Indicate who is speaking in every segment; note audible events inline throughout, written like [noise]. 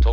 Speaker 1: と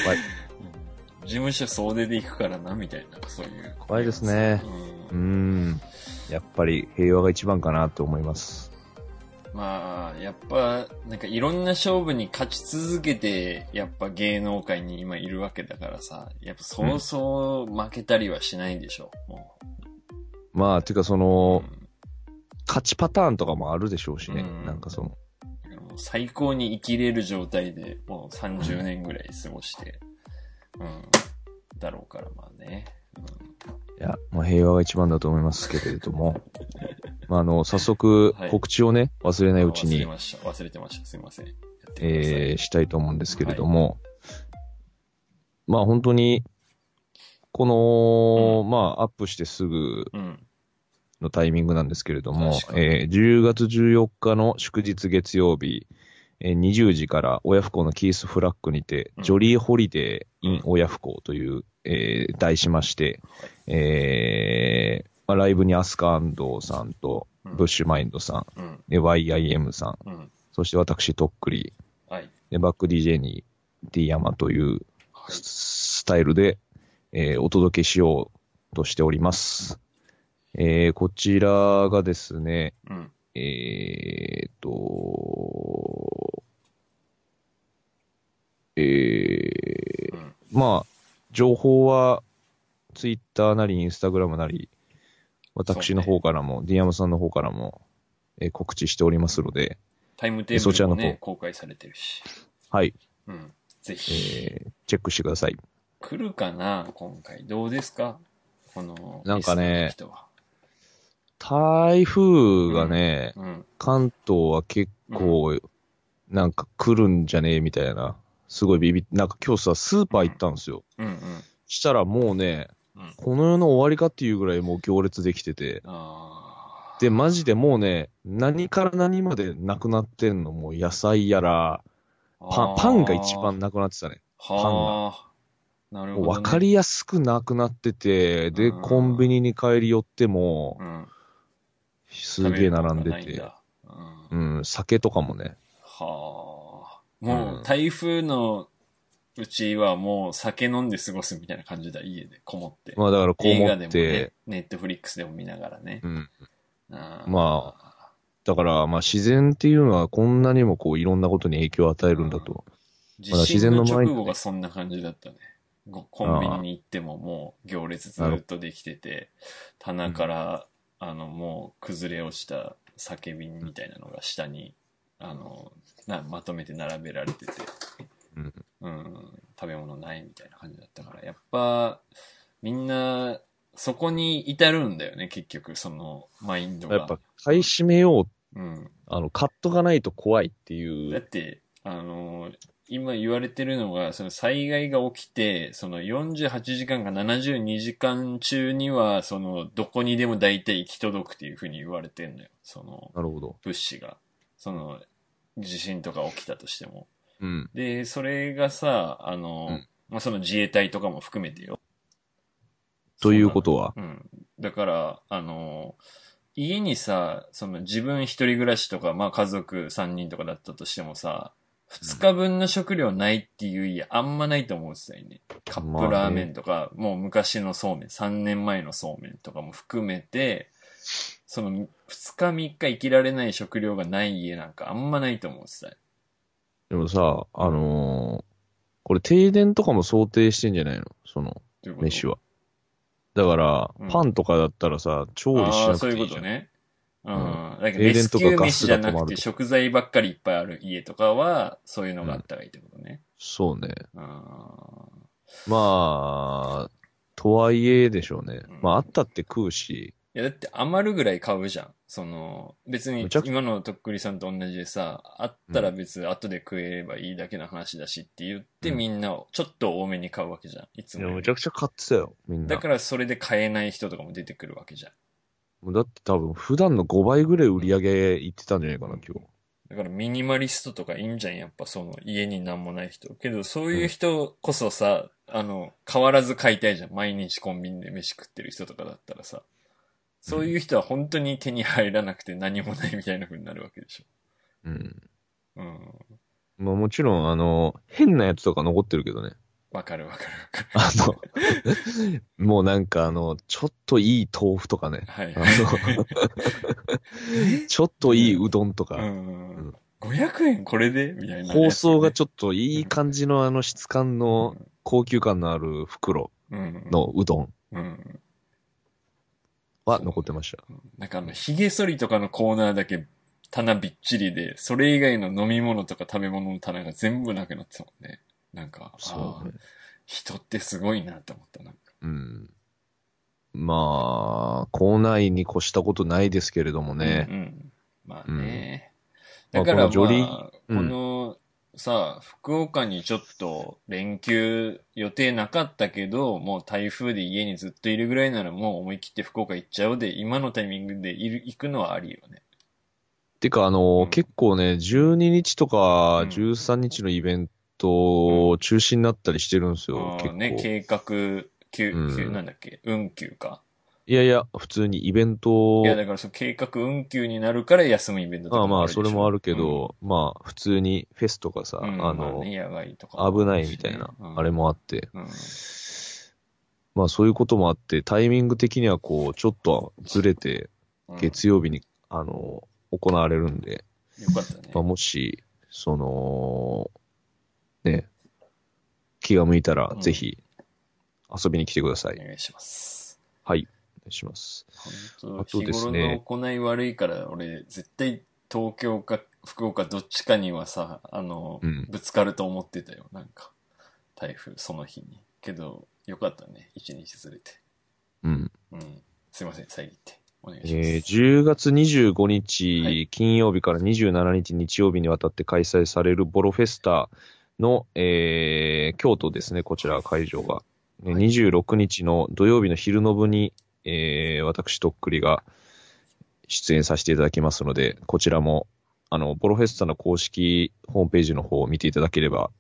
Speaker 2: 怖い。
Speaker 3: 事務所総出で行くからな、みたいな、そういう。
Speaker 2: 怖いですねうー
Speaker 3: うん。
Speaker 2: ん。やっぱり平和が一番かなって思います。
Speaker 3: まあ、やっぱ、なんかいろんな勝負に勝ち続けて、やっぱ芸能界に今いるわけだからさ、やっぱそうそう負けたりはしないでしょ、も。
Speaker 2: まあ、てかそうの
Speaker 3: う、ん
Speaker 2: 勝ちパターンとかもあるでしょうしね。
Speaker 3: うん
Speaker 2: なんかその、
Speaker 3: もう最高に生きれる状態でもう30年ぐらい過ごして、うん、だろうからまあね。
Speaker 2: いや、まあ、平和が一番だと思いますけれど
Speaker 3: [laughs]
Speaker 2: も。まあ、あの、早速
Speaker 3: は、い
Speaker 2: 告知をね、忘れ
Speaker 3: う、
Speaker 2: なんいうんち
Speaker 3: 忘れ
Speaker 2: に、
Speaker 3: ました。忘れてました。すいません。やってください。
Speaker 2: えーしたいと思うんですけれども。まあ、本当に、この、まあ、アップしてすぐ
Speaker 3: うん。
Speaker 2: のタイミングなんですけれども
Speaker 3: 確、かに
Speaker 2: えー10月14日の祝日月曜日、えー20時から親不孝のキースフラッグにて、
Speaker 3: うん
Speaker 2: ジョリーホリデー・イ
Speaker 3: うん
Speaker 2: ン親不孝という、えー題しまして、えーまあ、ライブにアスカ安藤さんと、
Speaker 3: うん
Speaker 2: ブッシュマインドさん、
Speaker 3: うん。
Speaker 2: で YIM さん、
Speaker 3: うん。
Speaker 2: そして私、とっくり、
Speaker 3: はい。
Speaker 2: でバック DJ に D 山という
Speaker 3: はい。
Speaker 2: ススタイルで、えーお届けしようとしております。えーこちらがですね、
Speaker 3: うん。
Speaker 2: えーっと、え
Speaker 3: うん。
Speaker 2: ーまあ、情報は、ツイッターなり、インスタグラムなり、私の方からも、ディアムさんの方からも、えー告知しておりますので、
Speaker 3: タイムテーブ
Speaker 2: そちら
Speaker 3: ル
Speaker 2: の
Speaker 3: も
Speaker 2: 方
Speaker 3: ね、公開されてるし。
Speaker 2: はい、
Speaker 3: うん。ぜ
Speaker 2: え
Speaker 3: ひ。
Speaker 2: ーチェックしてください。
Speaker 3: 来るかな今回。どうですかこの、
Speaker 2: なんかね
Speaker 3: リスナーの人は。
Speaker 2: 台風がね、
Speaker 3: うん。
Speaker 2: 関東は結構、なんか来るんじゃねえみたいな、すごいビビっなんか今日さ、スーパー行ったんですよ。
Speaker 3: うんうん。
Speaker 2: したらもうね、
Speaker 3: うん。
Speaker 2: この世の終わりかっていうぐらいもう行列できてて、
Speaker 3: あ
Speaker 2: で、マジでもうね、何から何までなくなってんの、もう野菜やら、
Speaker 3: ー
Speaker 2: パン、パンが一番なくなってたね。ンが
Speaker 3: はあ。なるほ
Speaker 2: もう
Speaker 3: ど、ね。
Speaker 2: 分かりやすくなくなってて、で、
Speaker 3: うん
Speaker 2: コンビニに帰り寄っても
Speaker 3: う、ん。
Speaker 2: すげえ並んでて、
Speaker 3: 食べるものがないんだうん、
Speaker 2: うん、酒とかもね、
Speaker 3: はあ。
Speaker 2: う
Speaker 3: も
Speaker 2: ん
Speaker 3: う、台風のうちはもう酒飲んで過ごすみたいな感じだ、家でこもって。
Speaker 2: まあだからこう
Speaker 3: 映
Speaker 2: 思
Speaker 3: 画
Speaker 2: っ
Speaker 3: でも
Speaker 2: て
Speaker 3: ね、、ネットフリックスでも見ながらね。
Speaker 2: うん、
Speaker 3: あー
Speaker 2: まだから、まあ自然っていうのはこんなにもこういろんなことに影響を与えるんだと。
Speaker 3: 地
Speaker 2: まだ自然
Speaker 3: 震
Speaker 2: の
Speaker 3: の
Speaker 2: 前に
Speaker 3: 直後がそんな感じだったね。ごコンビニに行ってももう行列ずっとできてて、棚から、あの、もう崩れ落ちた酒瓶みたいなのが下に、あの、なまとめて並べられてて、
Speaker 2: うん
Speaker 3: うん食べ物ないみたいな感じだったから、やっぱ、みんな、そこに至るんだよね、結局、その、マインドが。
Speaker 2: やっぱ買い占めよう、
Speaker 3: うん。
Speaker 2: あの、買っとかないと怖いってい
Speaker 3: だっ
Speaker 2: う。
Speaker 3: て、あのー今言われてるのが、その災害が起きて、その48時間か72時間中には、その、どこにでも大体行き届くっていうふうに言われてんのよ。その、
Speaker 2: なるほど。
Speaker 3: 物資が。その、地震とか起きたとしても。
Speaker 2: うん。
Speaker 3: で、それがさ、あのー
Speaker 2: うん
Speaker 3: まあ、その自衛隊とかも含めてよ。
Speaker 2: ということは、
Speaker 3: うん。だから、あの、家にさ、その自分一人暮らしとか、まあ家族三人とかだったとしてもさ、二日分の食料ないっていう家あんまないと思うんですよね。カップラーメンとか、もう昔のそうめん、3年前のそうめんとかも含めて、その二日三日生きられない食料がない家なんかあんまないと思うんですよ。
Speaker 2: でもさ、あのーこれ停電とかも想定してんじゃないのその、
Speaker 3: ということ
Speaker 2: 飯は。だから、
Speaker 3: うん
Speaker 2: パンとかだったらさ、調理し
Speaker 3: ああ
Speaker 2: な
Speaker 3: ー、そ
Speaker 2: く
Speaker 3: う
Speaker 2: て
Speaker 3: い
Speaker 2: いういじゃ
Speaker 3: こと
Speaker 2: ん。
Speaker 3: ね。うん。だけど、
Speaker 2: 停
Speaker 3: レ
Speaker 2: 電
Speaker 3: ス
Speaker 2: と
Speaker 3: キ
Speaker 2: か
Speaker 3: ュー
Speaker 2: ガ
Speaker 3: 飯
Speaker 2: ス
Speaker 3: じ
Speaker 2: が
Speaker 3: ゃ
Speaker 2: 止ま
Speaker 3: な
Speaker 2: るとか
Speaker 3: くて食材ばっかりいっぱいある家とかは、そういうのがあったらいいってことね。
Speaker 2: そうね。
Speaker 3: あー
Speaker 2: まあ、とはいえでしょうね
Speaker 3: うん。
Speaker 2: まあ、あったって食うし、
Speaker 3: いや、だって余るぐらい買うじゃん。その、別に
Speaker 2: むちゃく
Speaker 3: 今のとっくりさんと同じでさ、あったら別に後で食えればいいだけの話だしって言って
Speaker 2: うん
Speaker 3: みんなをちょっと多めに買うわけじゃん。いつ
Speaker 2: いや
Speaker 3: もよ
Speaker 2: む
Speaker 3: り。
Speaker 2: ちゃくちゃ買ってたよ、みんな。
Speaker 3: だからそれで買えない人とかも出てくるわけじゃん。
Speaker 2: もうだって多分、普段の5倍ぐらい売り上げいってたんじゃないかな、今日。
Speaker 3: だからミニマリストとかいいんじゃん、やっぱその家に何もない人。けどそういう人こそさ、あの、変わらず買いたいじゃん。毎日コンビニで飯食ってる人とかだったらさ。そういう人は本当に手に入らなくて何もないみたいな風になるわけでし
Speaker 2: うん。
Speaker 3: ょ。うん。
Speaker 2: まあもちろん、あの、変なやつとか残ってるけどね。
Speaker 3: わかるわかるわかる。
Speaker 2: あ
Speaker 3: [laughs]
Speaker 2: の、もうなんかあの、ちょっといい豆腐とかね。
Speaker 3: はい
Speaker 2: あ。のちょっといいうどんと
Speaker 3: う
Speaker 2: か、
Speaker 3: ん。500円これでみたいなやつね、
Speaker 2: 包装がちょっといい感じのあの質感の高級感のある袋
Speaker 3: うん。
Speaker 2: のうどん
Speaker 3: うん。
Speaker 2: は残ってました。
Speaker 3: なんかあの、髭剃りとかのコーナーだけ棚びっちりで、それ以外の飲み物とか食べ物の棚が全部なくなってたもんね。なんか、
Speaker 2: そうね
Speaker 3: あー人ってすごいなって思った。なんか
Speaker 2: うん。まあ、校内に越したことないですけれどもね。
Speaker 3: うんうん。まあね。
Speaker 2: うん
Speaker 3: だから、
Speaker 2: ま
Speaker 3: まあ、
Speaker 2: あこのジョリ
Speaker 3: こ
Speaker 2: うん
Speaker 3: の、さあ、福岡にちょっと連休予定なかったけど、もう台風で家にずっといるぐらいならもう思い切って福岡行っちゃおうで、今のタイミングでいる行くのはありよね。
Speaker 2: てか、あの、
Speaker 3: うん
Speaker 2: 結構ね、12日とか
Speaker 3: うん
Speaker 2: 13日のイベント中止になったりしてるんですよ、
Speaker 3: あ
Speaker 2: 結
Speaker 3: ー
Speaker 2: 構。
Speaker 3: ね、計画、休、
Speaker 2: うん
Speaker 3: 休、なんだっけ、運休か。
Speaker 2: いやいや、普通にイベント
Speaker 3: いや、だからそう、計画運休になるから休むイベントとか
Speaker 2: まあまあ、
Speaker 3: るでし
Speaker 2: そ
Speaker 3: ょ
Speaker 2: れもあるけ、ど、まあ、普通にフェスとかさ、
Speaker 3: うん
Speaker 2: あ
Speaker 3: うんまあ
Speaker 2: の、
Speaker 3: ね野外とか
Speaker 2: 危ないみたいな、あれ
Speaker 3: も
Speaker 2: もあって、
Speaker 3: あるしね。うん
Speaker 2: まあそういうこともあって、タイミング的にはこう、ちょっとずれて、
Speaker 3: うん
Speaker 2: 月曜日に、あの、行われるんで、
Speaker 3: よかったね。
Speaker 2: まあ、もし、その、ね、気が向いたら
Speaker 3: う、ん
Speaker 2: ぜひ、遊びに来てください。
Speaker 3: お願いします。
Speaker 2: はい。お願いします。
Speaker 3: 本
Speaker 2: あ
Speaker 3: 当、
Speaker 2: と
Speaker 3: 日
Speaker 2: です
Speaker 3: 頃
Speaker 2: ね
Speaker 3: の行い悪いから、俺、絶対東京か福岡どっちかにはさ、あの、
Speaker 2: うん
Speaker 3: ぶつかると思ってたよ、なんか。台風、その日に。けど、よかったね、一日ずれて。
Speaker 2: うん。
Speaker 3: うん。すいません、遮って。お願いします。
Speaker 2: えー10月25日、
Speaker 3: はい
Speaker 2: 金曜日から27日日曜日にわたって開催されるボロフェスタの、えー京都ですね、こちら会場が。ね
Speaker 3: はい
Speaker 2: 26日の土曜日の昼の部に、えー私とっくりが出演させていただきますので、こちらも、あの、ボロフェスタの公式ホームページの方を見ていただければ、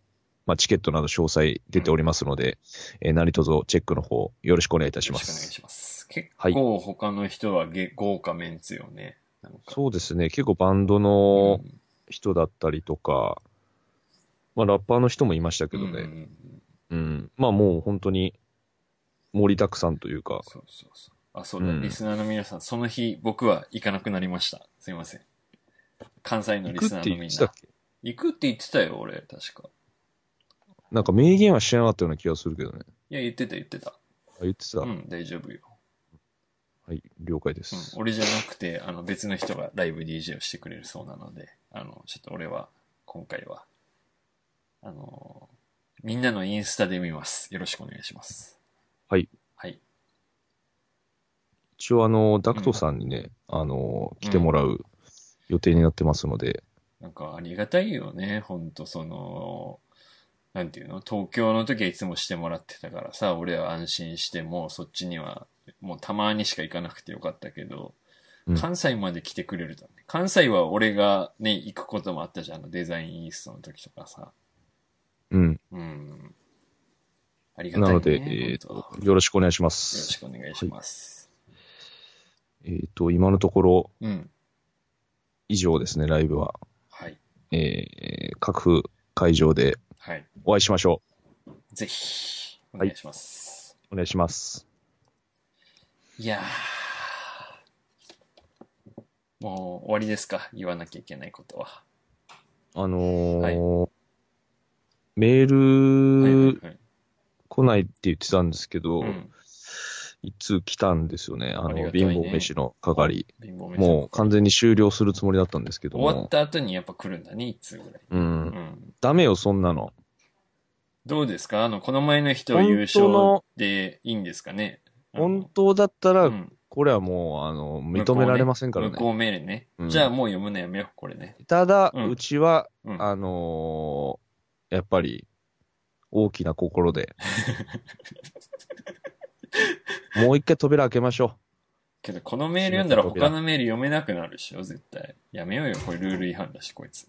Speaker 2: まあ、チケットなど詳細出ておりますので、えー何卒チェックの方よろしくお願いいたし
Speaker 3: よろ
Speaker 2: ま
Speaker 3: しくお願い
Speaker 2: す。
Speaker 3: します。結
Speaker 2: はい
Speaker 3: 構他の人はげ豪華メンツよね。なんか
Speaker 2: そうですね、結構バンド
Speaker 3: う
Speaker 2: の、
Speaker 3: ん
Speaker 2: 人だったりとか、まあ、ラッパーの人もいましたけど
Speaker 3: うんうんう
Speaker 2: ね、
Speaker 3: ん
Speaker 2: うんまあもう本当に盛りだくさんというか、
Speaker 3: そうそうそう。あ、そうだ、
Speaker 2: うん
Speaker 3: リスナーの皆さん、その日僕は行かなくなりました。すいません。関西の
Speaker 2: 行
Speaker 3: リ
Speaker 2: くっ
Speaker 3: スナ
Speaker 2: て
Speaker 3: ーの
Speaker 2: 言
Speaker 3: み
Speaker 2: っ
Speaker 3: ん
Speaker 2: てたっ
Speaker 3: な。
Speaker 2: け
Speaker 3: 行くって言ってたよ、俺、確か。
Speaker 2: なんか明言はしてなかったような気がするけどね。
Speaker 3: いや、言ってた言ってた。
Speaker 2: あ言ってた、
Speaker 3: うん、大丈夫よ。
Speaker 2: はい、了解で
Speaker 3: うん
Speaker 2: す。、
Speaker 3: 俺じゃなくて、あの、別の人がライブ DJ をしてくれるそうなので、あの、ちょっと俺は、今回は、あの、みんなのインスタで見ます。よろしくお願いします。
Speaker 2: はい。
Speaker 3: はい。
Speaker 2: 一応あの、ダクトさんにね、あの、来てもらう予定になってますので、
Speaker 3: なんかありがたいよね、ほんとその、なんていうの、東京の時はいつもしてもらってたからさ、俺は安心して、もうそっちには、もうたまにしか行かなくてよかったけど、
Speaker 2: うん
Speaker 3: 関西まで来てくれるとね。関西は俺がね、行くこともあったじゃん、あのデザインイーストの時とかさ。
Speaker 2: うん。
Speaker 3: うん。ありがたい、ね。
Speaker 2: なので、えっ、
Speaker 3: ほん
Speaker 2: と
Speaker 3: と、
Speaker 2: よろしくお願いしま
Speaker 3: よろし
Speaker 2: す。
Speaker 3: くお願いします。
Speaker 2: えっ、と、今のところ
Speaker 3: うん。
Speaker 2: 以上ですね、ライブは。
Speaker 3: はい。
Speaker 2: えー各会場で
Speaker 3: はい。
Speaker 2: お会いしましょ
Speaker 3: ぜひ、お願いします。
Speaker 2: う。お願いします。
Speaker 3: いやーもう終わりですか言わなきゃいけないことは。
Speaker 2: あのーメ
Speaker 3: はいはいは
Speaker 2: ール
Speaker 3: い
Speaker 2: 来ないって言ってたんですけど、
Speaker 3: うん
Speaker 2: いつ来たんですよね。あの、
Speaker 3: ありがたい
Speaker 2: 貧
Speaker 3: ね
Speaker 2: 乏飯の係。
Speaker 3: 貧乏飯
Speaker 2: もう完全に終了するつもりだったんですけども。
Speaker 3: 終わった後にやっぱ来るんだね、一通ぐらい。
Speaker 2: うん
Speaker 3: う。ん。
Speaker 2: ダメよ、そんなの。
Speaker 3: どうですかあの、この前の人優
Speaker 2: 本当
Speaker 3: 勝
Speaker 2: の
Speaker 3: でいいんですかねあの
Speaker 2: 本当だったら、
Speaker 3: うん
Speaker 2: これはもう、あの、認められませんから
Speaker 3: 向こ
Speaker 2: ね。
Speaker 3: う命令ね。
Speaker 2: うん
Speaker 3: じゃあもう読むのやめよう、これね。
Speaker 2: ただ、
Speaker 3: うん
Speaker 2: うちは、
Speaker 3: うん。
Speaker 2: あのーやっぱり、大きな心
Speaker 3: [laughs]
Speaker 2: で。もう一回扉開けましょ
Speaker 3: けど、このメール読んだら他のメール読めなくなるでしょ、絶対。やめようよ、これルール違反だし、こいつ。
Speaker 2: う。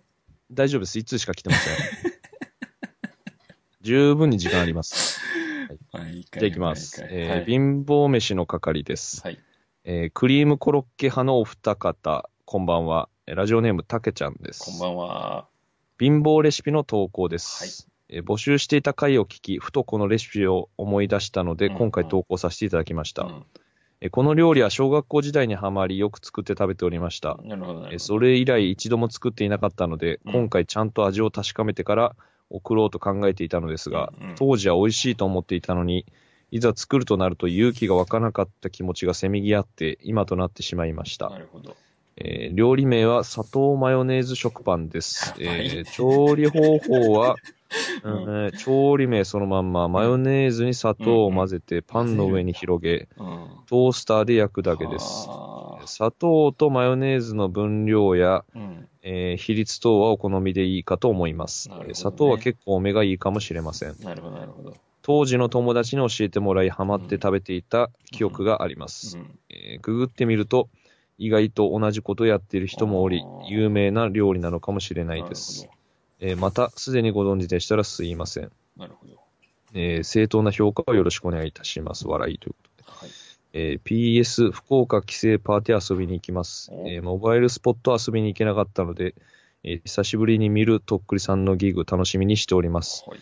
Speaker 2: 大丈夫です。いつしか来てません。 [laughs] 十分に時間あります。
Speaker 3: はい、一
Speaker 2: じ
Speaker 3: 回
Speaker 2: ゃあ行きます。
Speaker 3: はい
Speaker 2: えー貧乏飯の係です。
Speaker 3: はい。
Speaker 2: えークリームコロッケ派のお二方、こんばんは。えーラジオネーム、たけちゃんです。
Speaker 3: こんばんは。
Speaker 2: 貧乏レシピの投稿です。えー募集していた回を聞き、ふとこのレシピを思い出したので、
Speaker 3: うん
Speaker 2: 今回投稿させていただきました、
Speaker 3: うん
Speaker 2: えーこの料理は小学校時代にはまり、よく作って食べておりました。
Speaker 3: なるほど、な
Speaker 2: え
Speaker 3: る
Speaker 2: ー
Speaker 3: ほど。
Speaker 2: それ以来一度も作っていなかったので、
Speaker 3: うん
Speaker 2: 今回ちゃんと味を確かめてから送ろうと考えていたのですが、
Speaker 3: うんうん
Speaker 2: 当時は美味しいと思っていたのに、いざ作るとなると勇気が湧かなかった気持ちがせめぎ合って、今となってしまいました
Speaker 3: な。るほど。
Speaker 2: えー料理名は砂糖マヨネーズ食パン
Speaker 3: [laughs]
Speaker 2: です。
Speaker 3: やばいね
Speaker 2: えー調理方法は、
Speaker 3: [laughs] う
Speaker 2: うんんえー調理名そのまんま、マヨネーズに砂糖を混ぜてパンの上に広げ、
Speaker 3: うん。
Speaker 2: トースターで焼くだけです。
Speaker 3: はあ
Speaker 2: 砂糖とマヨネーズの分量や、
Speaker 3: うん。
Speaker 2: えー比率等はお好みでいいかと思います。
Speaker 3: なるほどね
Speaker 2: えー砂糖は結構目がいいかもしれません。
Speaker 3: なるほど、なるほど。
Speaker 2: 当時の友達に教えてもらい、ハマって食べていた記憶があります。
Speaker 3: うん。
Speaker 2: えーググってみると、意外と同じことやってる人もおり
Speaker 3: あ、ー
Speaker 2: 有名な料理なのかもしれないです。えーまた、すでにご存知でしたらすいません。
Speaker 3: なるほど。なる
Speaker 2: えー正当な評価をよろしくお願いいたします。笑いということで。
Speaker 3: ほど。はい。
Speaker 2: えー PS、福岡帰省パーティー遊びに行きます。
Speaker 3: お
Speaker 2: えーモバイルスポット遊びに行けなかったので、えー久しぶりに見るとっくりさんのギグ楽しみにしております。
Speaker 3: はい。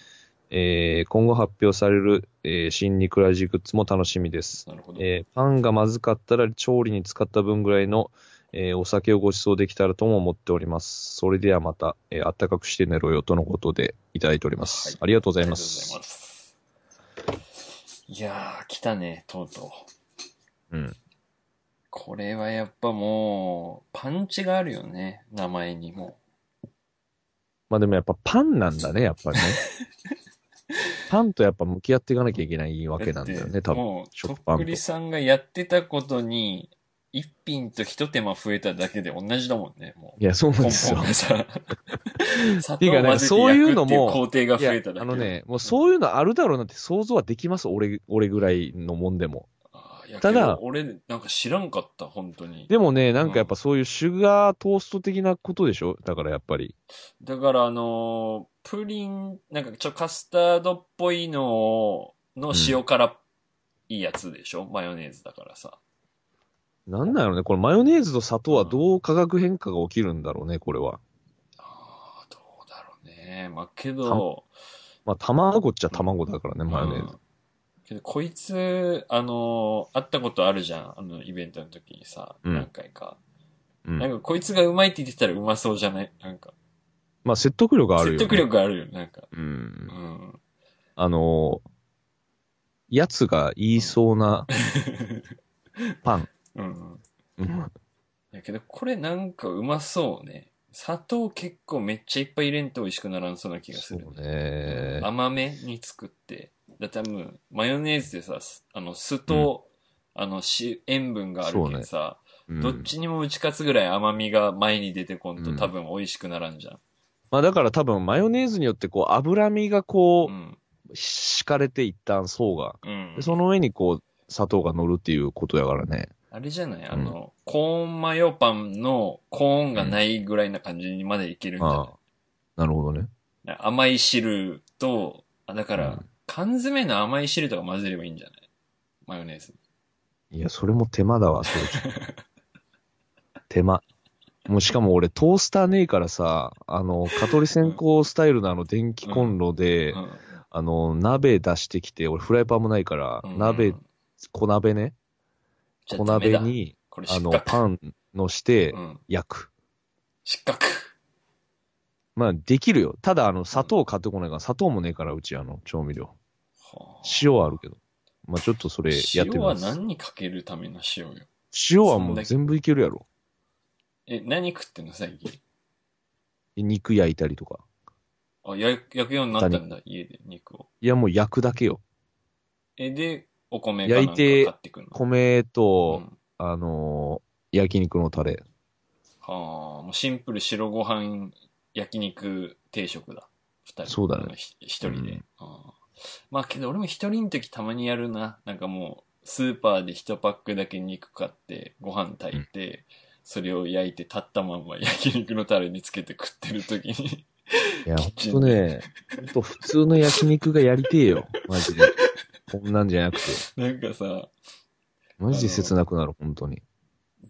Speaker 2: えー今後発表される、えー新ニクラジグッズも楽しみです。
Speaker 3: なるほど。
Speaker 2: えーパンがまずかったら調理に使った分ぐらいの、えーお酒をご馳走できたらとも思っております。それではまた、えーあったかくして寝ろよとのことでいただいております。
Speaker 3: はい
Speaker 2: ありがとうござ
Speaker 3: あ
Speaker 2: い
Speaker 3: り
Speaker 2: ま
Speaker 3: がとうござい
Speaker 2: す。
Speaker 3: ます。いやー、来たね、とうとう。
Speaker 2: うん。
Speaker 3: これはやっぱもう、パンチがあるよね、名前にも。
Speaker 2: まあでもやっぱパンなんだね、やっ
Speaker 3: [laughs]
Speaker 2: ぱりね。パンとやっぱ向き合っていかなきゃいけないわけなんだよね、
Speaker 3: って
Speaker 2: 多分。
Speaker 3: もう、と
Speaker 2: 食パ
Speaker 3: っ
Speaker 2: ンと
Speaker 3: くりさんがやってたことに、一品と一手間増えただけで同じだもんね、も
Speaker 2: [laughs]
Speaker 3: う。
Speaker 2: いや、そうなん
Speaker 3: 根
Speaker 2: ですよ
Speaker 3: 本。がさ、砂
Speaker 2: て
Speaker 3: 糖
Speaker 2: いう
Speaker 3: を
Speaker 2: かね
Speaker 3: 混ぜて
Speaker 2: そうい
Speaker 3: 焼
Speaker 2: う
Speaker 3: く
Speaker 2: の
Speaker 3: っていう
Speaker 2: も
Speaker 3: 工程が
Speaker 2: い
Speaker 3: 増
Speaker 2: や
Speaker 3: えただけで。
Speaker 2: あのね、もうそういうのあるだろうなって想像はできます、俺、俺ぐらいのもんでも。
Speaker 3: あー、いや
Speaker 2: ただ
Speaker 3: けど俺、なんか知らんかった、本当に。
Speaker 2: でもね、なんかやっぱそういうシュガートースト的なことでしょだからやっぱり。
Speaker 3: だからあのープリン、なんかちょ、カスタードっぽいのをの塩辛っいいやつでしょマヨネーズだからさ。
Speaker 2: なんなんやろね、これマヨネーズと砂糖はどう化学変化が起きるんだろうね、これは。
Speaker 3: ああ、どうだろうね。まあけど、
Speaker 2: まあ、卵っちゃ卵だからね、マヨネーズ。
Speaker 3: けどこいつ、あのー会ったことあるじゃん。あの、イベントの時にさ、
Speaker 2: うん
Speaker 3: 何回か。
Speaker 2: うん
Speaker 3: なんかこいつがうまいって言ってたらうまそうじゃないなんか、
Speaker 2: まあ、説得力があるよ、ね。
Speaker 3: 説得。力があるよ、なんか。
Speaker 2: う。
Speaker 3: うんん。
Speaker 2: あのー、やつが言いそうなパン。
Speaker 3: うん。
Speaker 2: うん
Speaker 3: だけど、これなんかうまそうね。砂糖結構めっちゃいっぱい入れんと美味しくならんそうな気が
Speaker 2: そ
Speaker 3: す
Speaker 2: う
Speaker 3: る。
Speaker 2: ね。
Speaker 3: 甘めに作って。だって多分、マヨネーズでさ、すあの、酢と、あの、し塩分があるけどさ、
Speaker 2: うん
Speaker 3: どっちにも打ち勝つぐらい甘みが前に出てこんと、
Speaker 2: うん
Speaker 3: 多分美味しくならんじゃん。
Speaker 2: まあ、だから多分マヨネーズによってこう、脂身が
Speaker 3: う
Speaker 2: こ
Speaker 3: ん。
Speaker 2: う、敷かれて一旦層が。
Speaker 3: うん
Speaker 2: で。その上にこう、砂糖が乗るっていうことやからね。
Speaker 3: あれじゃないあの、コーンマヨパンのコーンがないぐらいな感じにまでいけるんじゃない、
Speaker 2: ああ。なるほどね。
Speaker 3: 甘い汁と、あ、だから、
Speaker 2: うん
Speaker 3: 缶詰の甘い汁とか混ぜればいいんじゃないマヨネーズ。
Speaker 2: いや、それも手間だわ、それ。
Speaker 3: [laughs]
Speaker 2: 手間。もうしかも俺、トースターねえからさ、あの、蚊取り線香スタイルのあの電気コンロで、
Speaker 3: うん
Speaker 2: あの、鍋出してきて、俺フライパンもないから、
Speaker 3: うん
Speaker 2: 鍋、小鍋ね。
Speaker 3: じゃあ
Speaker 2: 小
Speaker 3: ダメ
Speaker 2: 鍋
Speaker 3: だ
Speaker 2: に、
Speaker 3: これ
Speaker 2: あ
Speaker 3: 失
Speaker 2: の、
Speaker 3: 格。
Speaker 2: パンのして
Speaker 3: う、ん。
Speaker 2: 焼く。
Speaker 3: 失格。
Speaker 2: まあ、できるよ。ただ、あの、砂糖買ってこないから、砂糖もねえから、うち、あの、調味料。
Speaker 3: はあ
Speaker 2: 塩はあるけど。まあ、ちょっとそれやってみ
Speaker 3: 塩
Speaker 2: ま
Speaker 3: は
Speaker 2: す。
Speaker 3: 何にかけるための塩よ。
Speaker 2: 塩はもう全部いけるやろ。
Speaker 3: え、何食ってんの最近。
Speaker 2: 肉焼いたりとか。
Speaker 3: あ、や焼くようになったんだ、家で肉を。
Speaker 2: いや、もう焼くだけよ。
Speaker 3: え、で、お米かなんか
Speaker 2: 焼いて
Speaker 3: 買ってくるの。
Speaker 2: 米
Speaker 3: う
Speaker 2: と、
Speaker 3: ん、
Speaker 2: あのー焼肉のタレ。
Speaker 3: はあ、もうシンプル白ご飯焼肉定食だ。二人。
Speaker 2: そうだね
Speaker 3: んひ一 [laughs] 人で、
Speaker 2: うん
Speaker 3: ああまあけど俺も一人の時たまにやるな。なんかもう、スーパーで一パックだけ肉買って、ご飯炊いて、それを焼いて立ったまんま焼肉のタレにつけて食ってる時
Speaker 2: [laughs]
Speaker 3: に。
Speaker 2: いや、ほ
Speaker 3: キ
Speaker 2: ん
Speaker 3: ッチン
Speaker 2: とね、ほんと普通の焼肉がやりてえよ。マジで。こんなんじゃなくて。
Speaker 3: なんかさ、
Speaker 2: マジで切なくなる、本当に。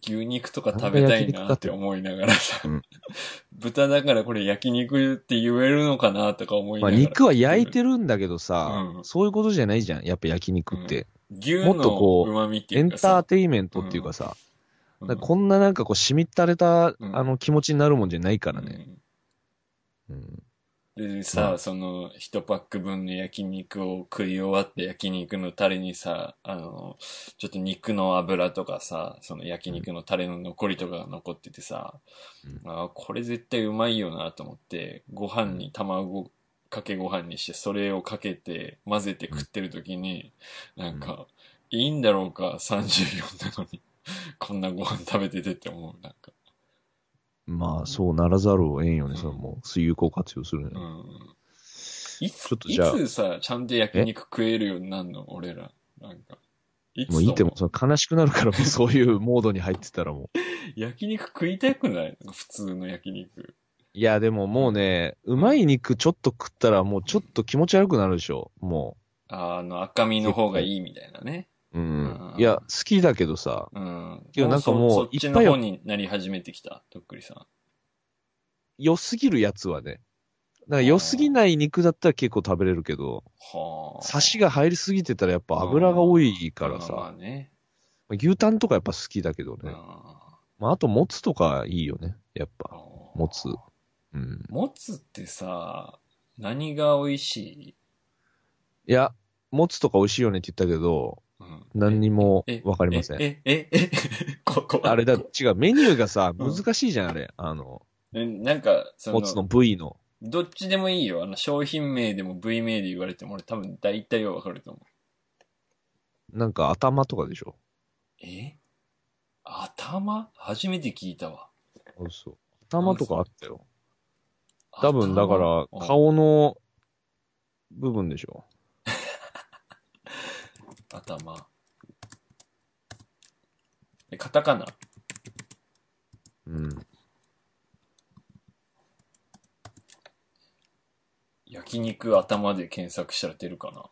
Speaker 3: 牛肉とか食べたいなって思いながらさ、
Speaker 2: うん
Speaker 3: [laughs] 豚だからこれ焼肉って言えるのかなとか思い
Speaker 2: ま
Speaker 3: な
Speaker 2: あ、
Speaker 3: がら。
Speaker 2: 肉は焼いてるんだけどさ、
Speaker 3: うん
Speaker 2: そういうことじゃないじゃん。やっぱ焼肉って。
Speaker 3: 牛
Speaker 2: もっと
Speaker 3: の
Speaker 2: こう
Speaker 3: 旨味って
Speaker 2: エ
Speaker 3: い
Speaker 2: ン
Speaker 3: う
Speaker 2: タ
Speaker 3: か
Speaker 2: ー
Speaker 3: さ、
Speaker 2: テイメントっていうかさ、
Speaker 3: うん
Speaker 2: なんかこんななんかこう、しみったれた、
Speaker 3: ん
Speaker 2: あの、気持ちになるもんじゃないからね。うん
Speaker 3: うんでさ、
Speaker 2: う
Speaker 3: その一パック分の焼肉を食い終わって焼肉のタレにさ、あの、ちょっと肉の油とかさ、その焼肉のタレの残りとかが残っててさ、
Speaker 2: う
Speaker 3: あーこれ絶対うまいよなと思って、ご飯に卵かけご飯にして、それをかけて混ぜて食ってる時に、なんか、いいんだろうか、34なのに、こんなご飯食べててって思う、なんか。
Speaker 2: まあ、そうならざるを得んよ
Speaker 3: う
Speaker 2: ね、
Speaker 3: ん
Speaker 2: それも。有効活用するね。
Speaker 3: うんいつ
Speaker 2: ちょっとじゃあ
Speaker 3: いつさ、ちゃんと焼肉食えるようになるの俺ら。なんか。いつ
Speaker 2: もういいっても、その悲しくなるから、もうそういうモードに入ってたらもう。
Speaker 3: 焼肉食いたくない普通の焼肉。
Speaker 2: いや、でももうね、うまい肉ちょっと食ったら、もうちょっと気持ち悪くなるでしょ、も
Speaker 3: あの、赤身の方がいいみたいなね。
Speaker 2: う。うん
Speaker 3: う。ん
Speaker 2: いや、好きだけどさ、
Speaker 3: うん。
Speaker 2: いやなんかもう
Speaker 3: そそっちの
Speaker 2: いっぱい
Speaker 3: 方
Speaker 2: よ
Speaker 3: になり始めてきた、とっくりさん。
Speaker 2: 良すぎるやつはね。だから良すぎない肉だったら結構食べれるけど、
Speaker 3: はあ。
Speaker 2: サシが入りすぎてたらやっぱ油が多いから
Speaker 3: まあま
Speaker 2: さ、
Speaker 3: あね。
Speaker 2: 牛タンとかやっぱ好きだけど
Speaker 3: うん
Speaker 2: ね。まああと、もつとかいいよね、やっぱ。もつ。うん。
Speaker 3: もつってさ、何が美味しい、
Speaker 2: いや、もつとか美味しいよねって言ったけど、
Speaker 3: うん
Speaker 2: 何にもわかりません。
Speaker 3: え、え、え、え、ここ
Speaker 2: あれだ、違う、メニューがさ、
Speaker 3: うん
Speaker 2: 難しいじゃん、あれ。あの、
Speaker 3: えなんか、そ
Speaker 2: もつの部位の。
Speaker 3: どっちでもいいよ。あの、商品名でも部位名で言われても、俺多分大体はわかると思う。
Speaker 2: なんか頭とかでしょ。
Speaker 3: え頭初めて聞いたわ。
Speaker 2: そうそう。頭とかあったよ。多
Speaker 3: 頭
Speaker 2: 分、だから、
Speaker 3: うん
Speaker 2: 顔の部分でしょ。
Speaker 3: 頭。え、カタカナ
Speaker 2: うん。
Speaker 3: 焼肉頭で検索したら出るかな、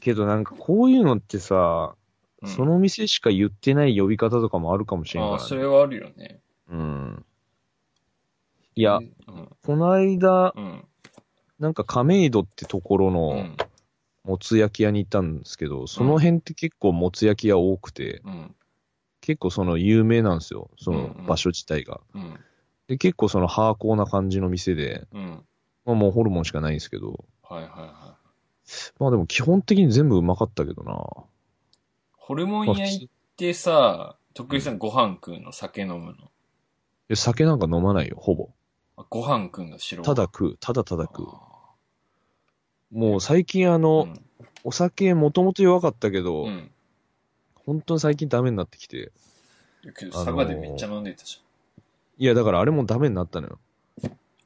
Speaker 2: けどなんかこういうのってさ、
Speaker 3: うん、
Speaker 2: その店しか言ってない呼び方とかもあるかもしれんか
Speaker 3: ああ、そ
Speaker 2: ら、
Speaker 3: れ
Speaker 2: ね。
Speaker 3: はあるよね。
Speaker 2: うん。い
Speaker 3: い
Speaker 2: や
Speaker 3: う、ん。
Speaker 2: こないだ、
Speaker 3: うん。
Speaker 2: なんか亀戸ってところ
Speaker 3: う
Speaker 2: の
Speaker 3: ん。
Speaker 2: もつ焼き屋に行ったんですけど、その辺って結構もつ焼き屋多くて、
Speaker 3: うん。
Speaker 2: 結構その有名なんですよ、そ
Speaker 3: うん
Speaker 2: の
Speaker 3: うん
Speaker 2: 場所自体が。
Speaker 3: うん。
Speaker 2: で、結構そのハーコーな感じの店で、
Speaker 3: うん。
Speaker 2: まあもうホルモンしかないんですけど、
Speaker 3: はいはいはい。
Speaker 2: まあでも基本的に全部うまかったけどな。
Speaker 3: ホルモ
Speaker 2: ま
Speaker 3: ン
Speaker 2: あ普
Speaker 3: 焼
Speaker 2: 通
Speaker 3: いてさ、とっくりさんご飯食うの酒飲むの
Speaker 2: で酒なんか飲まないよ、ほぼ。
Speaker 3: あご飯食うんだ、白
Speaker 2: た
Speaker 3: ご飯
Speaker 2: だ食う、ただただ食う。
Speaker 3: あ
Speaker 2: もう最近あ
Speaker 3: ー
Speaker 2: の、
Speaker 3: うん
Speaker 2: お酒もともと弱かったけど、
Speaker 3: うん。
Speaker 2: 本当に最近ダメになってきて。
Speaker 3: けど、
Speaker 2: あのー
Speaker 3: 佐賀でめっちゃ飲んでたじゃん。
Speaker 2: いや、だからあれもダメになったのよ。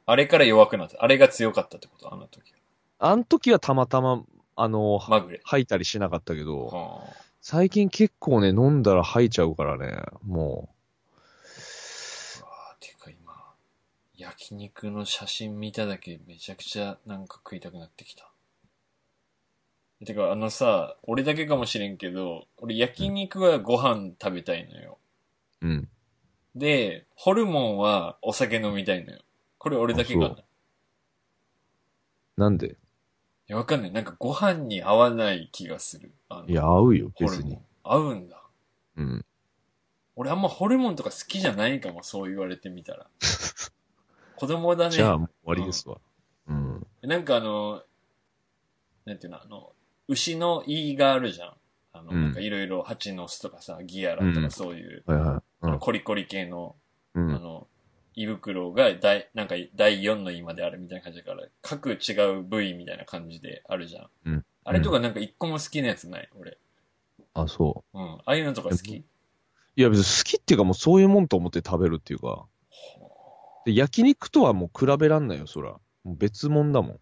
Speaker 3: あれから弱くなった。あれが強かったってことあの時。
Speaker 2: あの時はたまたま、あの、
Speaker 3: まぐれ。
Speaker 2: 吐いたりしなかったけど、
Speaker 3: はあ
Speaker 2: 最近結構ね、飲んだら吐いちゃうからね、も
Speaker 3: うわあてか今、焼肉の写真見ただけめちゃくちゃなんか食いたくなってきた。てかあのさ、俺だけかもしれんけど、俺焼肉はご飯食べたいのよ。
Speaker 2: う、うん。
Speaker 3: で、ホルモンはお酒飲みたいのよ。これ俺だけかな。
Speaker 2: あ
Speaker 3: い
Speaker 2: そうなんで
Speaker 3: や、わかんない。なんかご飯に合わない気がする。あの
Speaker 2: いや、合うよ、
Speaker 3: ホル
Speaker 2: 別
Speaker 3: モ
Speaker 2: に
Speaker 3: ン。。合うんだ。
Speaker 2: うん。 [laughs]
Speaker 3: 俺あんまホルモンとか好きじゃないかも、そう言われてみたら。子供だね。
Speaker 2: じゃあ、もう終わりですわ。うん。
Speaker 3: なんかあの、なんていうの、あの、牛の胃があるじゃん。あの、
Speaker 2: うん
Speaker 3: なんかいろいろ蜂の巣とかさ、ギアラと
Speaker 2: う
Speaker 3: か
Speaker 2: ん
Speaker 3: そういう、
Speaker 2: はいはい。うん。
Speaker 3: コリコリ系の、
Speaker 2: う
Speaker 3: あ
Speaker 2: ん。
Speaker 3: の、胃袋が第、なんか第4の胃まであるみたいな感じだから、各違う部位みたいな感じであるじゃん。
Speaker 2: うん
Speaker 3: あれとかなんか一個も好きなやつない俺。
Speaker 2: あ、そう。
Speaker 3: うん。ああいうのとか好き
Speaker 2: いや、別に好きっていうか、もうそういうもんと思って食べるっていうか。で焼肉とはもう比べらんないよ、そら。もう別物だもん。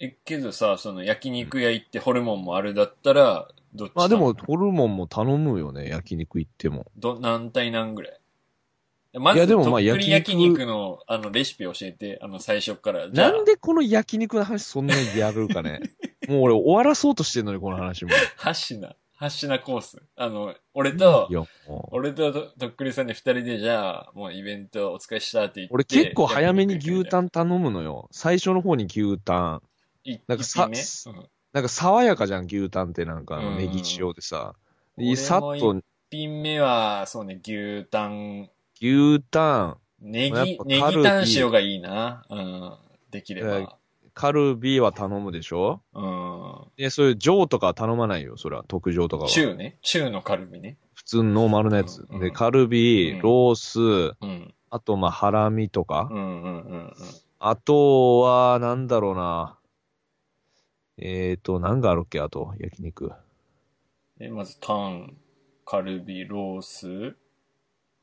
Speaker 3: え、けどさ、その焼肉屋行ってホルモンもあるだったら、どっち
Speaker 2: まあでも、
Speaker 3: 頼
Speaker 2: ホルモンも頼むよね、焼肉行っても。
Speaker 3: むど、何対何ぐらいま
Speaker 2: い
Speaker 3: ず、
Speaker 2: やで
Speaker 3: とっ
Speaker 2: もま
Speaker 3: く
Speaker 2: あ
Speaker 3: り
Speaker 2: 焼
Speaker 3: 焼
Speaker 2: 肉
Speaker 3: 肉の、あの、レシピ教えて、あの、最初から。じゃあ
Speaker 2: なんでこの焼肉の話そんなにやるか
Speaker 3: [laughs]
Speaker 2: ね。もう俺終わらそうとしてんのに、この話も。
Speaker 3: ハッシュな、ハッシュなコース。あの、俺と
Speaker 2: い、や、もう。
Speaker 3: 俺とととっくりさんで二人で、じゃあ、もうイベントお疲れしたって言って。
Speaker 2: 俺結構早めに牛
Speaker 3: 焼
Speaker 2: タン頼むのよ。最初の方に牛タン。
Speaker 3: 肉
Speaker 2: なんかさ
Speaker 3: 行って一品目うん
Speaker 2: なんか爽やかじゃん、牛タンってなんかあ
Speaker 3: うん
Speaker 2: のネギ塩でさ。で
Speaker 3: 俺も
Speaker 2: さっと
Speaker 3: 一品目は、そうね、牛タン、
Speaker 2: 牛タン、
Speaker 3: ネ
Speaker 2: やっ
Speaker 3: ギ
Speaker 2: ぱ、
Speaker 3: ネ
Speaker 2: カルビ
Speaker 3: ギタン塩がいいな。うん。できれ
Speaker 2: え
Speaker 3: ば。
Speaker 2: カルビは頼むでしょ
Speaker 3: うん。
Speaker 2: で、そういう上とかは頼まないよ、そら。特上とかは。
Speaker 3: 中ね。中のカルビね。
Speaker 2: 普通のノーマルなやつ。
Speaker 3: うん
Speaker 2: で、カルビ、
Speaker 3: うん
Speaker 2: ロース、
Speaker 3: うん。
Speaker 2: あと、まあ、ハラミとか。
Speaker 3: うんうんうんうん。
Speaker 2: あとは、なんだろうな。えーと、何があるっけあと、焼肉。
Speaker 3: え、まずタン、カルビ、ロース、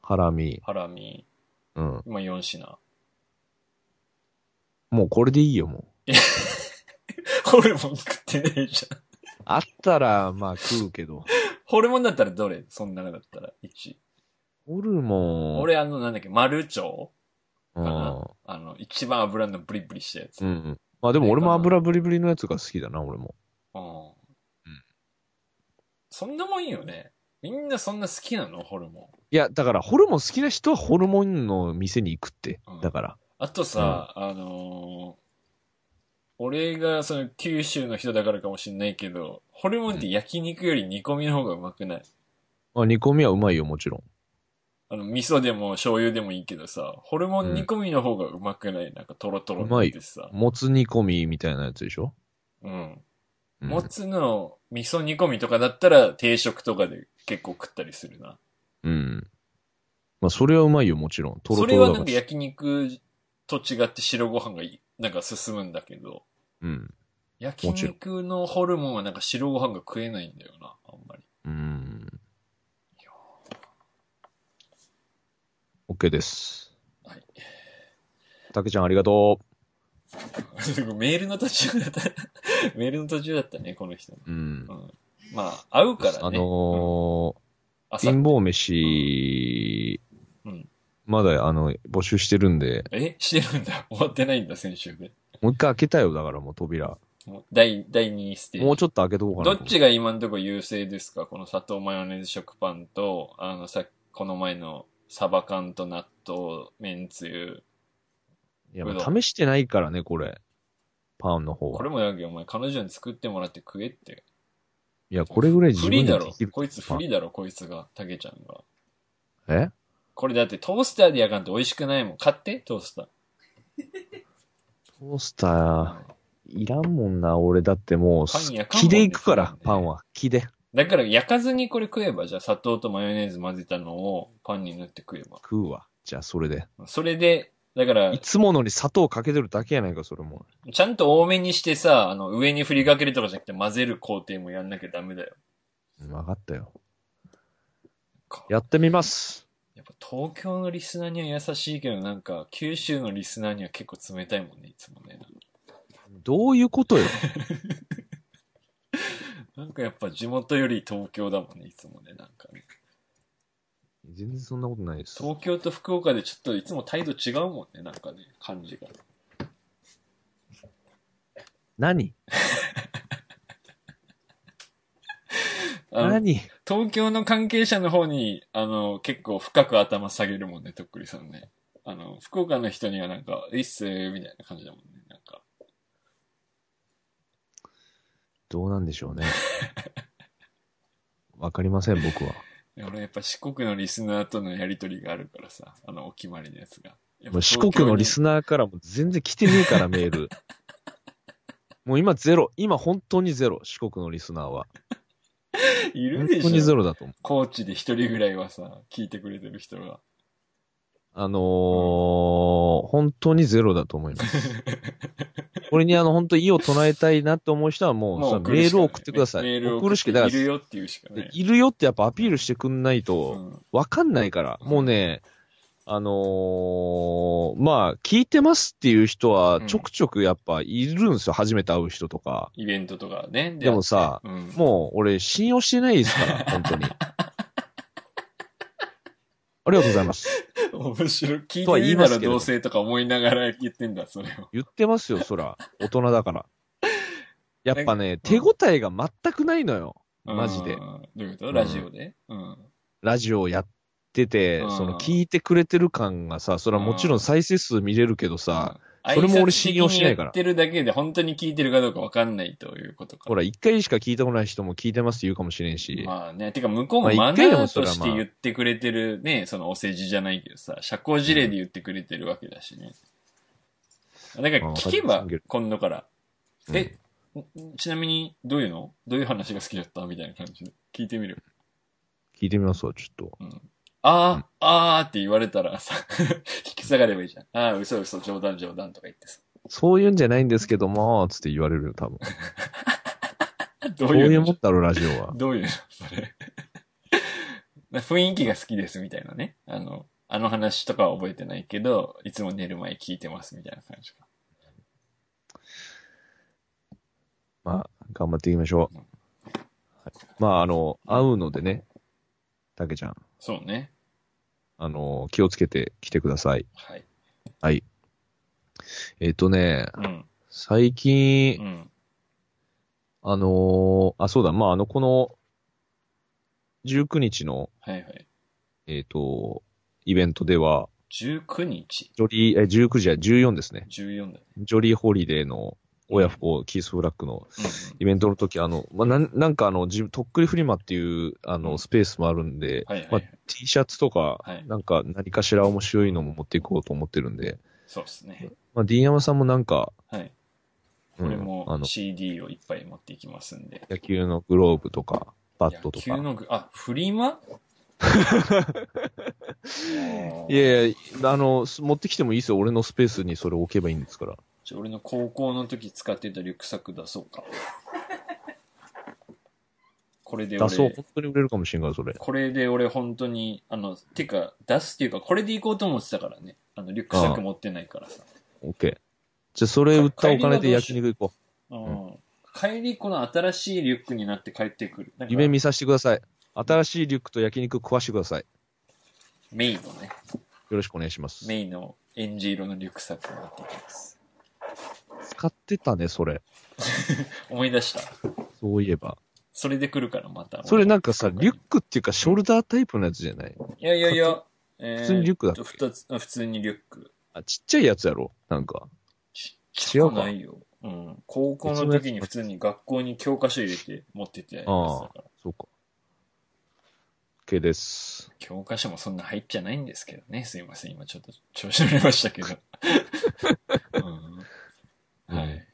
Speaker 2: ハラミ。
Speaker 3: ハラミ、
Speaker 2: うん。
Speaker 3: 今4品。 [laughs]
Speaker 2: もうこれでいいよ、も
Speaker 3: ホルモン食ってないじゃん。
Speaker 2: う。あったら、まあ、食うけど。
Speaker 3: ホルモンだったらどれそん中だったら1。
Speaker 2: ホルモン。
Speaker 3: 俺あの、なんだっけ、マルチョウ
Speaker 2: うん、
Speaker 3: なあの、一番油のブリブリしたやつ。
Speaker 2: うんうん。まあでも俺も油ブリブリのやつが好きだな、俺も。
Speaker 3: うんそんなもんいいよね。みんなそんな好きなのホルモン。
Speaker 2: いや、だから、ホルモン好きな人はホルモンの店に行くって
Speaker 3: うん。
Speaker 2: だから。
Speaker 3: あとさ、あのー俺がその九州の人だからかもしんないけど、ホルモンって焼肉より煮込みの方がうまくない、
Speaker 2: まあ、煮込みはうまいよ、もちろん。
Speaker 3: あの、味噌でも醤油でもいいけどさ、ホルモン煮込みの方がうまくない、なんかトロトロ
Speaker 2: うまい
Speaker 3: ってさ。
Speaker 2: もつ煮込みみたいなやつでしょ
Speaker 3: うん。
Speaker 2: うん
Speaker 3: もつの味噌煮込みとかだったら定食とかで結構食ったりするな。
Speaker 2: うん。まあ、それはうまいよ、もちろん。トロ
Speaker 3: そ
Speaker 2: ト
Speaker 3: れ
Speaker 2: ロ
Speaker 3: は
Speaker 2: だ
Speaker 3: なん
Speaker 2: か。
Speaker 3: から焼肉と違って白ご飯がいなんか進むんだけど、
Speaker 2: うん。
Speaker 3: 焼肉のホルモンはなんか白ご飯が食えないんだよな、あんまり。
Speaker 2: うん。OK です。
Speaker 3: はい。
Speaker 2: たけちゃん、ありがと
Speaker 3: [laughs] メールの途中だった。 [laughs] メールの途中だったね、この人。
Speaker 2: う。うん
Speaker 3: う。ん、まあ、会うからね。
Speaker 2: あの
Speaker 3: うん
Speaker 2: ー、貧乏飯、
Speaker 3: うん
Speaker 2: まだ、あの、募集してるんで、
Speaker 3: えしてるんだ。終わってないんだ、先週で。
Speaker 2: もう一回開けたよ、だからもう扉。
Speaker 3: もう第、第2ステージ。
Speaker 2: もうちょっと開けとこうかなと
Speaker 3: ど
Speaker 2: 思
Speaker 3: っちが今のとこ優勢ですかこの砂糖マヨネーズ食パンと、あの、さっき、この前のサバ缶と納豆、めんつゆ。
Speaker 2: いや、まあ試してないからね、これ。パンの方
Speaker 3: こ
Speaker 2: は
Speaker 3: れ。もやけどお前、彼女に作ってもらって食えって。
Speaker 2: いや、これぐらい自
Speaker 3: 不
Speaker 2: 分
Speaker 3: 利
Speaker 2: で
Speaker 3: だ
Speaker 2: で
Speaker 3: ろ
Speaker 2: きる。。
Speaker 3: こいつ不利だろ、こいつが。たけちゃんが。
Speaker 2: え
Speaker 3: これだってトースターで焼かんと美味しくないもん。買って、トースター。
Speaker 2: トースター、いらんもんな、俺。だってもう、
Speaker 3: パン焼かんもんね
Speaker 2: 木でいくから、
Speaker 3: そうだね
Speaker 2: パンは。木で。
Speaker 3: だから焼かずにこれ食えば、じゃあ砂糖とマヨネーズ混ぜたのをパンに塗って食えば。
Speaker 2: 食うわ。じゃあ、それで。
Speaker 3: それで、だから
Speaker 2: い、つものに砂糖かけてるだけやないか、それも。
Speaker 3: ちゃんと多めにしてさ、あの、上に振りかけるとかじゃなくて混ぜる工程もやんなきゃダメだよ。
Speaker 2: うんわかったよ。
Speaker 3: か
Speaker 2: やってみます。
Speaker 3: やっぱ東京のリスナーには優しいけど、なんか、九州のリスナーには結構冷たいもんね、いつもね。
Speaker 2: どういうことよ。
Speaker 3: なんかやっぱ地元より東京だもんね、いつもね、なんかね。
Speaker 2: 全然そんなことないです。
Speaker 3: 東京と福岡でちょっといつも態度違うもんね、なんかね、感じが。
Speaker 2: 何
Speaker 3: あの
Speaker 2: 何
Speaker 3: 東京の関係者の方に、あの、結構深く頭下げるもんね、とっくりさんね。あの、福岡の人にはなんか、いいっすーみたいな感じだもんね。なんか、
Speaker 2: どうなんでしょうね。 [laughs] わかりません、僕は。
Speaker 3: 俺やっぱ四国のリスナーとのやりとりがあるからさ、あの、お決まりのやつが。や
Speaker 2: も
Speaker 3: っぱ
Speaker 2: う四
Speaker 3: 東京に
Speaker 2: 国のリスナーからも全然来てねえから、メー
Speaker 3: [laughs]
Speaker 2: ル。もう今ゼロ。今本当にゼロ。四国のリスナーは。
Speaker 3: いる
Speaker 2: 本
Speaker 3: で
Speaker 2: 当に
Speaker 3: し
Speaker 2: ゼ
Speaker 3: ょ。
Speaker 2: ロだと思う。
Speaker 3: 高知で一人ぐらいはさ、聞いてくれてる人が。
Speaker 2: あのー、本当にゼロだと思います。 [laughs] これにあの、本当意を唱えたいなと思う人はもうさ
Speaker 3: 送る
Speaker 2: メー
Speaker 3: しか
Speaker 2: ルを
Speaker 3: ない
Speaker 2: 送ってください。
Speaker 3: メールを
Speaker 2: 送るしか、だから
Speaker 3: いるよっていうしかね。
Speaker 2: いるよってやっぱアピールしてくんないうと、
Speaker 3: ん
Speaker 2: わかんないから。もうね、あのーまあ、聞いてますっていう人は、ちょくちょくやっぱいるんですよ。初めて会う人とか。
Speaker 3: イベントとかね。
Speaker 2: でもさ、
Speaker 3: うん、
Speaker 2: もう俺信用してないですから、本 [laughs] 当に。ありがとうございます。 [laughs]
Speaker 3: 面白い。聞い
Speaker 2: とは
Speaker 3: て
Speaker 2: 言い
Speaker 3: み
Speaker 2: ま
Speaker 3: た
Speaker 2: す
Speaker 3: ら
Speaker 2: けれど
Speaker 3: 同性とか思いながら言ってんだ、それを。
Speaker 2: 言ってます
Speaker 3: [laughs]
Speaker 2: よ、そら。大人だから。やっぱね、手
Speaker 3: うん
Speaker 2: 応えが全くないのよ。マジで
Speaker 3: うん。どういうこと
Speaker 2: うん
Speaker 3: ラジオでうん。
Speaker 2: ラジオやってて
Speaker 3: う、ん
Speaker 2: その聞いてくれてる感がさ、それはもちろん再生数見れるけどさ、
Speaker 3: うん
Speaker 2: それも俺信用しないから
Speaker 3: 挨拶的に言ってるだけで本当に聞いてるかどうかわかんないということか。
Speaker 2: ほら、一回しか聞いたことない人も聞いてますって言うかもしれんし、
Speaker 3: まあね、てか向こう
Speaker 2: まあ
Speaker 3: もマナ
Speaker 2: 一回でも
Speaker 3: ー
Speaker 2: それ
Speaker 3: と
Speaker 2: は
Speaker 3: して言ってくれてるね、そのお世辞じゃないけどさ、社交辞令で言ってくれてるわけだしね。だから聞け
Speaker 2: う
Speaker 3: ば
Speaker 2: んうん、
Speaker 3: 今度から。
Speaker 2: うん
Speaker 3: え、ちなみにどういうのどういう話が好きだったみたいな感じで聞いてみる。
Speaker 2: 聞いてみますわ、ちょっと。
Speaker 3: あー、あーって言われたらさ、 [laughs] 引き下がればいいじゃん。あー、嘘嘘、冗談冗談とか言ってさ。
Speaker 2: そういうんじゃないんですけども、つって言われるよ、多分。
Speaker 3: ど
Speaker 2: そうう
Speaker 3: い
Speaker 2: いう
Speaker 3: う
Speaker 2: も
Speaker 3: の
Speaker 2: んだろ、ラジオは。
Speaker 3: どういうのそれ。雰囲気が好きですみたいなね。あの、あの話とかは覚えてないけど、いつも寝る前聞いてますみたいな感じか。
Speaker 2: まあ、頑張っていきましょう。
Speaker 3: うん
Speaker 2: はい、まあ、あの、会うのでね、たけちゃん、
Speaker 3: そうね。
Speaker 2: あの、気をつけて来てください。
Speaker 3: はい。
Speaker 2: えっ、とね、
Speaker 3: うん。
Speaker 2: 最近、
Speaker 3: うん。
Speaker 2: あのーあ、そうだ、まあ、あの、この、19日の、
Speaker 3: はいはい。
Speaker 2: えっ、と、イベントでは、
Speaker 3: 19日
Speaker 2: ジョリー、え、19じゃ、14ですね。
Speaker 3: ?14 だね。
Speaker 2: ジョリーホリデーの、親不孝、キースフラッグのイベントの時、あの、まあ、なん、なんかあの、じとっくりフリマっていう、あ
Speaker 3: う
Speaker 2: の、
Speaker 3: ん
Speaker 2: スペースもあるんで、
Speaker 3: はいはい
Speaker 2: ま
Speaker 3: は
Speaker 2: あ
Speaker 3: い、
Speaker 2: T シャツとか、
Speaker 3: はい
Speaker 2: なんか何かしら面白いのも持っていこうと思ってるんで、
Speaker 3: そうですね。
Speaker 2: まあ、D 山さんもなんか、
Speaker 3: はい。
Speaker 2: うん
Speaker 3: 俺
Speaker 2: あ
Speaker 3: も
Speaker 2: の、
Speaker 3: CD をいっぱい持っていきますんで。
Speaker 2: 野球のグローブとか、バットと
Speaker 3: 野球
Speaker 2: か。
Speaker 3: の具、あ、フリ
Speaker 2: [laughs]
Speaker 3: マ
Speaker 2: いやいや、あの、す持ってきてもいいですよ。俺のスペースにそれ置けばいいんですから。
Speaker 3: じゃあ俺の高校の時使ってたリュックサック出そうか。これで
Speaker 2: 出そう。
Speaker 3: 俺、
Speaker 2: 本当に売れるかもしれんから、それ。
Speaker 3: これで俺本当に、あの、てか、出すっていうか、これで行こうと思ってたからね。あの、リュックサック持ってないからさ。
Speaker 2: OK。じゃあ、それ売ったお金で焼肉行こ
Speaker 3: うん。帰り、この新しいリュックになって帰ってくる。な
Speaker 2: う。
Speaker 3: んか
Speaker 2: 夢見させてください。新しいリュックと焼肉食わしてください。よ
Speaker 3: メイのね、
Speaker 2: ろしくお願いします。
Speaker 3: メイのエンジ色のリュックサックを持っていきます。
Speaker 2: 使ってたね、それ。
Speaker 3: 思い出した。
Speaker 2: そういえば。
Speaker 3: それで来るからまた。
Speaker 2: それなんかさ、リュックっていうか、ショルダータイプのやつじゃない
Speaker 3: いやいやいや、え
Speaker 2: 普通にリュックだっけ
Speaker 3: っけつあ普通にリュック。
Speaker 2: あ、ちっちゃいやつやろなんか。
Speaker 3: ち
Speaker 2: 違うか
Speaker 3: ないよ。うん。高校の時に普通に学校に教科書入れて持ってってやつだ
Speaker 2: あ
Speaker 3: か
Speaker 2: あ
Speaker 3: ら。、
Speaker 2: そうか。OK です。
Speaker 3: 教科書もそんな入っちゃないんですけど
Speaker 2: [laughs]
Speaker 3: ね。すいません。今ちょっと調子乗りましたけど。うん、はい。